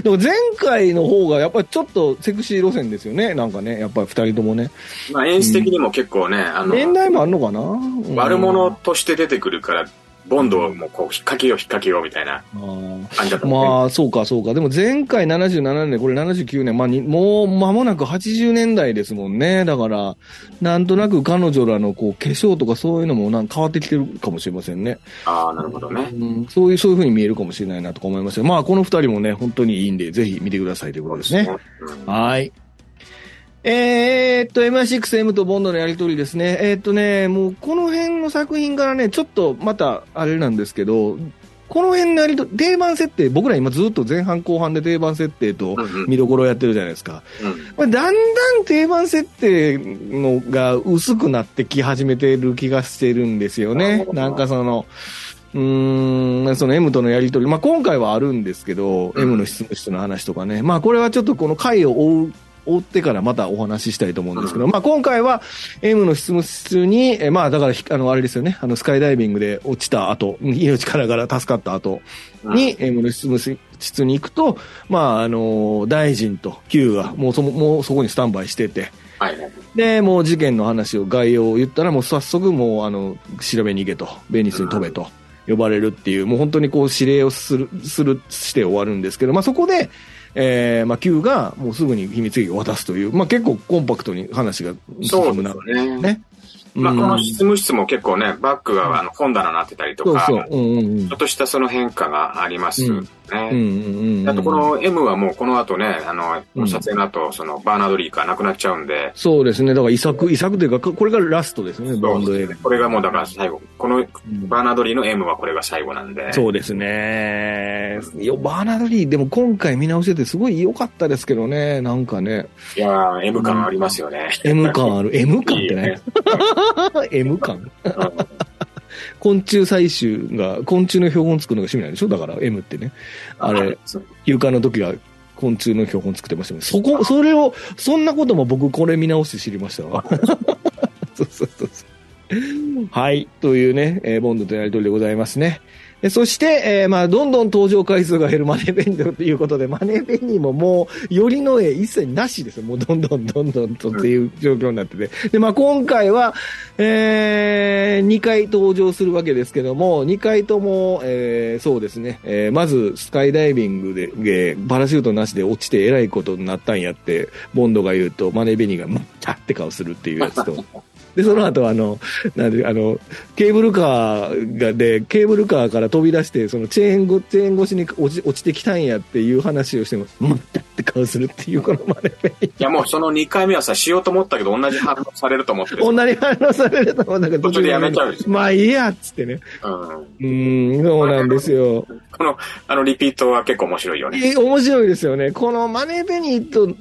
でも前回の方がやっぱりちょっとセクシー路線ですよね。なんかね、やっぱり二人ともね。まあ、演出的にも結構ね、あの、年代もあんのかなうん悪者として出てくるから、ボンドをもうこう、引っ掛けよう、引っ掛けようみたいなあー感じだったもんねまあ、そうか、そうか。でも前回77年、これ79年、まあに、もう間もなく80年代ですもんね。だから、なんとなく彼女らのこう化粧とかそういうのもなんか変わってきてるかもしれませんね。ああ、なるほどね。うん、そういう、そういう風に見えるかもしれないなとか思いました。まあ、この二人もね、本当にいいんで、ぜひ見てくださいということですね。うんはい。えー、っと、MI6M とボンドのやりとりですね。えー、っとね、もうこの辺の作品からね、ちょっとまたあれなんですけど、この辺のやりと定番設定、僕ら今ずっと前半後半で定番設定とうんうん見どころをやってるじゃないですか。うんまあ、だんだん定番設定のが薄くなってき始めてる気がしてるんですよなるほね。どなんかその、うーん、その M とのやりとり、まあ、今回はあるんですけど、うん M の執務室の話とかね、まあ、これはちょっとこの回を追う、追ってからまたお話ししたいと思うんですけど、まあ、今回は M の執務室に、えまあ、だからひ、あの、あれですよね、あの、スカイダイビングで落ちた後、命からがら助かった後、に、えー、室室に行くと、まあ、あのー大臣と Q がもうそも、もうそこにスタンバイしてて、はいはい。で、もう事件の話を、概要を言ったら、もう早速もう、あの、調べに行けと、ベニスに飛べと、呼ばれるっていう、もう本当にこう指令をする、する、して終わるんですけど、まあそこで、えー、まあ Q がもうすぐに秘密兵器を渡すという、まあ結構コンパクトに話がそう進むでな。すよね。ね。まあ、うんこの執務室も結構ね、バッグがあの本棚になってたりとそうか、そう。うんうんうんちょっとしたその変化がありますね。うんうんうんうん。あとこの M はもうこの後ね、あの、うん撮影の後、そのバーナードリーがなくなっちゃうんで、そうですね。だから遺作、遺作というか、ここれがラストですね、バンド映画。これがもうだから最後、このうんバーナードリーの M はこれが最後なんで、そうですね。よ、バーナードリー、でも今回見直しててすごい良かったですけどね、なんかね。いやー、M 感ありますよね。 M 感 ある。M 感っいいてよねね。。 M 感 昆虫採集が、昆虫の標本作るのが趣味なんでしょだから M ってね。あれ、そう休暇の時が昆虫の標本作ってましたね。そこ、それを、そんなことも僕これ見直して知りましたわ。 そうそうそうそう。はい。というね、えーボンドとやりとりでございますね。でそして、えーまあ、どんどん登場回数が減るマネーベニーということで、マネーベニーももう、よりの絵一切なしですよ。もう、どんどんどんどんとっていう状況になってて。で、まあ、今回は、え2回登場するわけですけども、2回とも、えーそうですね、えーまず、スカイダイビングで、えーパラシュートなしで落ちてえらいことになったんやって、ボンドが言うと、マネーベニーが、まったって顔するっていうやつと。で、その後、あの、なんで、あの、ケーブルカーがで、ケーブルカーから飛び出して、そのチェーンご、チェーン越しに落ち、落ちてきたんやっていう話をしても、まったって顔するっていう、このマネーベニー。いや、もうその2回目はさ、しようと思ったけど、同じ反応されると思って。同じ反応されると思うんだけど、途中でやめちゃうでしょまあいいやっつってね。うんうーん、そうなんですよ。この、あの、リピートは結構面白いよね。え面白いですよね。このマネーベニーと、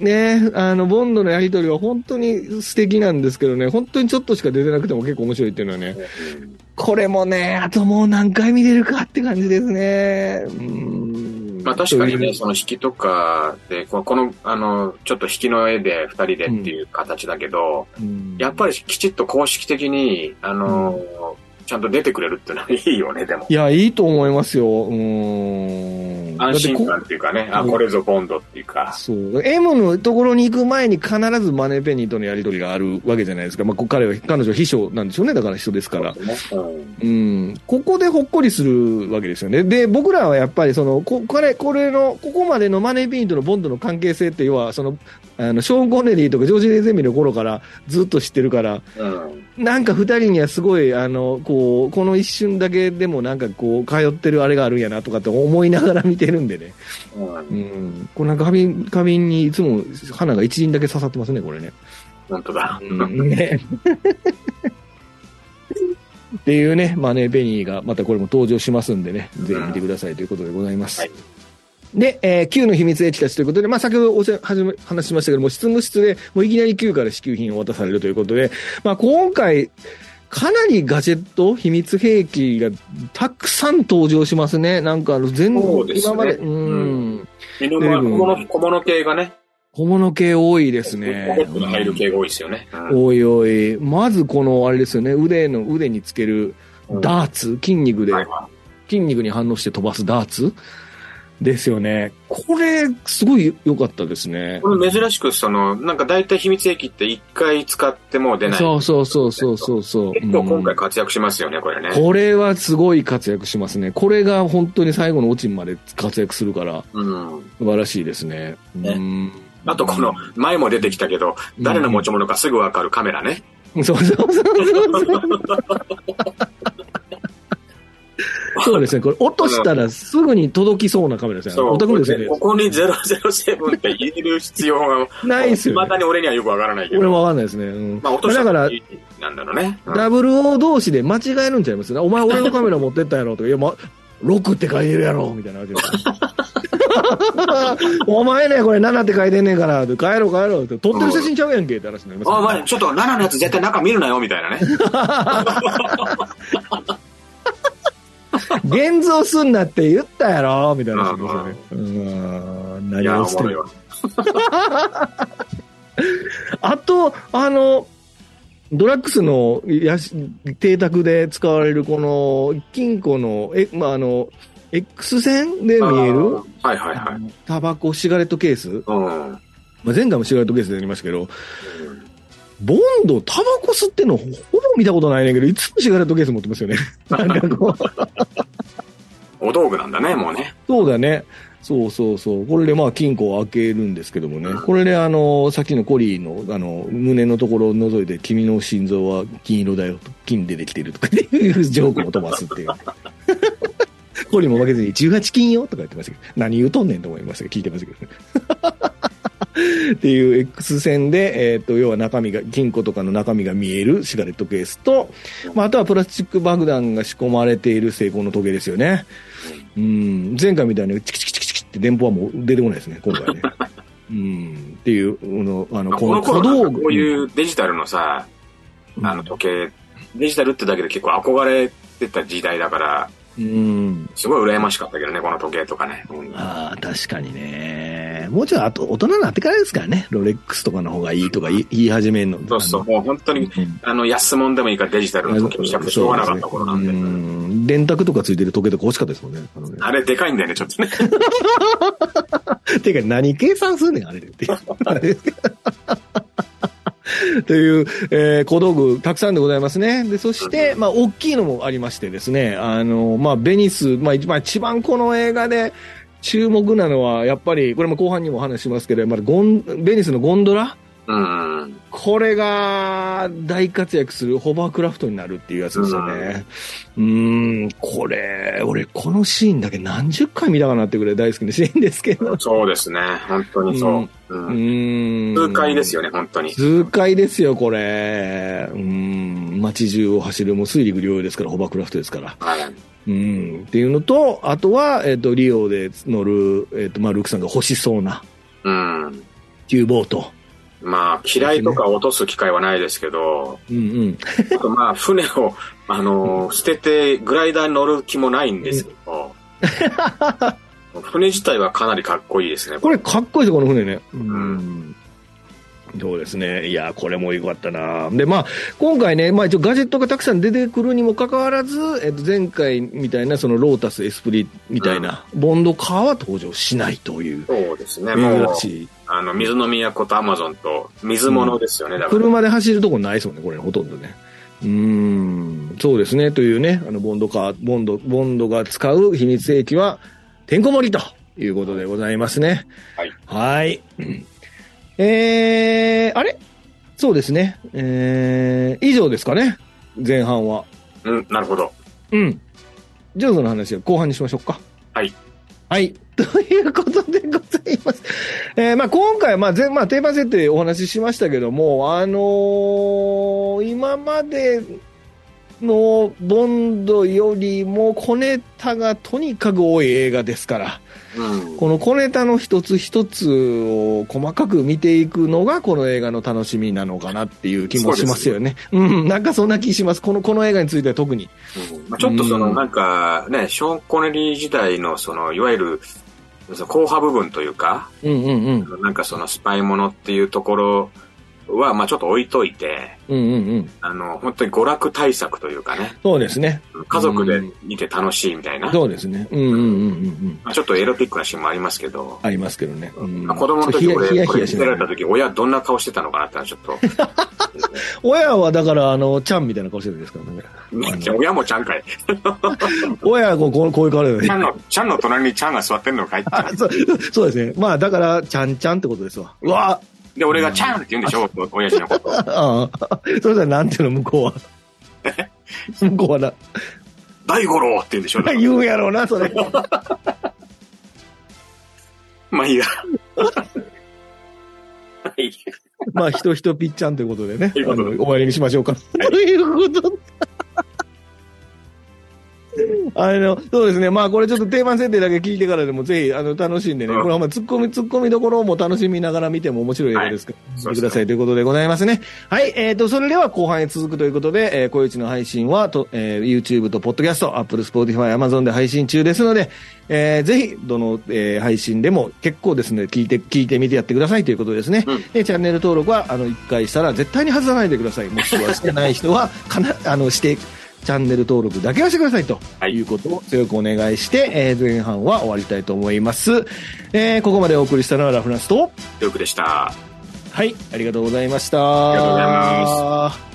ね、あの、ボンドのやりとりは本当に素敵なんですけどね、本当にちょっとしか出てなくても結構面白いっていうのはね、うんこれもね、あともう何回見れるかって感じですね。うーんまあ確かにといね、うその引きとかで、ここの、あの、ちょっと引きの絵で2人でっていう形だけど、うんやっぱりきちっと公式的に、あの、ちゃんと出てくれるっていうのはいいよね、でもい。や、いいと思いますよ。うーん。安心だっ感てっていうかね、あ、うんこれぞボンドっていうこか。そう。M のところに行く前に必ずマネーベニーとのやりとりがあるわけじゃないですか。まあ、こ彼は、彼女は秘書なんでしょうね。だから秘書ですから。うんうん、ここでほっこりするわけですよね。で、僕らはやっぱりその、ここれ、これの、ここまでのマネービーンとのボンドの関係性って、要は、その、あの、ショーン・コネリーとかジョージ・レゼミの頃からずっと知ってるから、うんなんか二人にはすごい、あの、こう、この一瞬だけでもなんかこう、通ってるあれがあるんやなとかって思いながら見てるんでね。うんうん。こうなんか花瓶、花瓶にいつも花が一輪だけ刺さってますね、これね。本当だ。ね。 っていうね、マネーベニーがまたこれも登場しますんでね、ぜひ見てくださいということでございます。はいで、えー Q の秘密兵器たちということで、まあ、先ほどおしゃはじめ話しましたけども、執務室でもういきなり Q から支給品を渡されるということで、まあ、今回、かなりガジェット、秘密兵器がたくさん登場しますね。なんかあの、全そうです今ねまで、ううんん、身の回り小物小物系がね、小物系多いですね。ポケットに入る系が多いですよね。うんおいおい、まずこのあれですよね、腕の、腕につけるダーツ、筋肉で、はいは筋肉に反応して飛ばすダーツ。ですよね。これ、すごい良かったですね。これ珍しく、その、なんか大体秘密兵器って一回使ってもう出ない。そうそうそうそうそうそう。結構今回うん活躍しますよね、これね。これはすごい活躍しますね。これが本当に最後のオチまで活躍するから、うん。素晴らしいですね。ねうんあとこの、前も出てきたけど、誰の持ち物かすぐわかるカメラね。そうそうそうそうそう。そうですね。これ落としたらすぐに届きそうなカメラですね。そう。お宅ですよね。ここに007って入れる必要が、ないですよ、まねだ。に俺にはよくわからないけ俺ど。もわかんないですね。うん。まあ、落としただから、なんだろうね。うんダブル O 同士で間違えるんちゃいますお前俺のカメラ持ってったやろとか、いや、ま、6って書いてるやろみたいなわけですよ お前ね、これ7って書いてんねんから、帰ろう帰ろうって、撮ってる写真ちゃうやんけって話になりますあ、よまあ、ちょっと7のやつ絶対中見るなよ、みたいなね。現像すんなって言ったやろみたいな話ですよね。うーん、い何や、をおしもてろいるわ。あと、あの、ドラッグスのやし邸宅で使われるこの金庫の、え、まあ、あの、X 線で見えるあーはいはいはい。タバコ、シガレットケース、うん。うんまあ、前回もシガレットケースでやりましたけど、ボンド、タバコ吸ってんのほぼ見たことないねんけど、いつもシガレットケース持ってますよ ね。なんかこう。お道具なんだね、もうね。そうだね。そうそうそう。これでまあ金庫を開けるんですけどもね。これであの、さっきのコリーのあの、胸のところを覗いて、君の心臓は金色だよと、金でできてるとかっていうジョークを飛ばすっていう。コリーも負けずに18金よとか言ってましたけど、何言うとんねんと思いましたけど、聞いてましたけどね。っていう X 線で、えっ、と、要は中身が、金庫とかの中身が見えるシガレットケースと、まあ、あとはプラスチック爆弾が仕込まれている成功のトゲですよね。うん、前回みたいにチキチキチキチキって電報はもう出てこないですね、今回ね。うん、っていう、あの、あのまあこの頃小なんかこうういん、うデジタルのさ、うんあの時計、デジタルってだけで結構憧れてた時代だから、うん。すごい羨ましかったけどね、この時計とかね。うんああ、確かにね。もうちょいあと大人になってからですからね、ロレックスとかの方がいいとか言い言い始めるの。そうそう、あもう本当の。に、あの、安物でもいいからデジタルの時計にしたくてしょうがなかった頃なんで。うん電卓とかついてる時計とか欲しかったですもんね。あのねあれでかいんだよね、ちょっとね。ていうか何計算すんねん、あれで っていうあれ。という、えー小道具たくさんでございますね。で、そして、まあ、大きいのもありましてですね、あの、まあ、ベニス、まあ、一まあ一番この映画で注目なのは、やっぱり、これも後半にもお話しますけど、やっぱりゴン、ベニスのゴンドラうん。これが大活躍するホバークラフトになるっていうやつですよね。うーん、これ、俺このシーンだけ何十回見たかなってくらい大好きなシーンですけど。そうですね、本当にそう。うん痛痛快ですよね、本当に。痛快ですよ、これ。うん、街中を走る、もう水陸両用ですから、ホバークラフトですから。はいうん、っていうのと、あとは、えっ、と、リオで乗る、えっ、と、まあ、ルークさんが欲しそうな、うん。キューボート。まあ、嫌いとか落とす機会はないですけ ど、うんうん。あとまあ、船を、あのー捨ててグライダーに乗る気もないんですけど、船自体はかなりかっこいいですね。これ、かっこいいですよ、この船ね。うんん。そうですね。いや、これも良かったな。で、まあ、今回ね、まあ一応ガジェットがたくさん出てくるにもかかわらず、えっ、と、前回みたいな、そのロータス、エスプリみたいな、ボンドカーは登場しないという、そうですね、もう珍、しい。あの、水の都とアマゾンと水物ですよね、だから。車で走るとこないですもんね、これ、ほとんどね。うーん、そうですね、というね、あの、ボンドカー、ボンド、ボンドが使う秘密兵器は、てんこ盛りということでございますね。はい。はい。えー、あれそうですね。えー、以上ですかね、前半は。うん、なるほど。うん。ジョーズの話は後半にしましょうか。はい。はい。 ということでございます。えーまあ今回、まあ、ぜまあ、定番設定お話ししましたけども、あのー今までのボンドよりも小ネタがとにかく多い映画ですから、うん。この小ネタの一つ一つを細かく見ていくのが、この映画の楽しみなのかなっていう気もしますよね。うん、なんかそんな気します。この、この映画については特に。うんまあ、ちょっとその、うんなんかね、ショーン・コネリー時代の、その、いわゆる、その硬派部分というか、うんうんうん。なんかそのスパイものっていうところは、まあちょっと置いといて、うんうんうん。あの、本当に娯楽対策というかね、そうですね。家族で見て楽しいみたいな、そうですね。うんうんうんうんうん。まあちょっとエロティックなシーンもありますけど、ありますけどね。うんまあ子供の時そうヒヤ俺、ヒこヤヒれヤ見しせならがれたら時、親どんな顔してたのかなってのはちょっ と、親はだから、あの、ちゃんみたいな顔してるんですから ね。親もちゃん かい。親はこうこうこういう顔だよねちゃ。んの、ちゃんの隣にちゃんが座ってんのかいって。あ そうそうですね。まあ、だから、ちゃんちゃんってことですわ。う わで、俺がちゃんって言うんでしょ、親父 のこと。ああ。それじゃなんていうの、向こうは。 向こうはな。 大五郎って言うんでしょ。だから言うんやろうな、それ。まあいいや。 はい。 まあ、人人ぴっちゃんということでね。ということであの終わりにしましょうか。ということで。 あの、そうですね。まあ、これちょっと定番設定だけ聞いてからでも、ぜひ、あの、楽しんでね。うんこれはまあ、突っ込み、突っ込みどころも楽しみながら見ても面白い映画ですから、見そうてくですねださいということでございますね。はい。えっ、と、それでは後半へ続くということで、えー、こいちの配信は、と、えー YouTube と Podcast、Apple、Spotify、Amazon で配信中ですので、えーぜひ、どの、えー配信でも結構ですね、聞いて、聞いてみてやってくださいということですね。うんで、チャンネル登録は、あの、1回したら絶対に外さないでください。もしくはしてない人は、かな、あの、して、チャンネル登録だけはしてくださいとはいいうことを強くお願いして、えー前半は終わりたいと思います。えーここまでお送りしたのはラフランスと、よくでした。はい、ありがとうございました。ありがとうございす。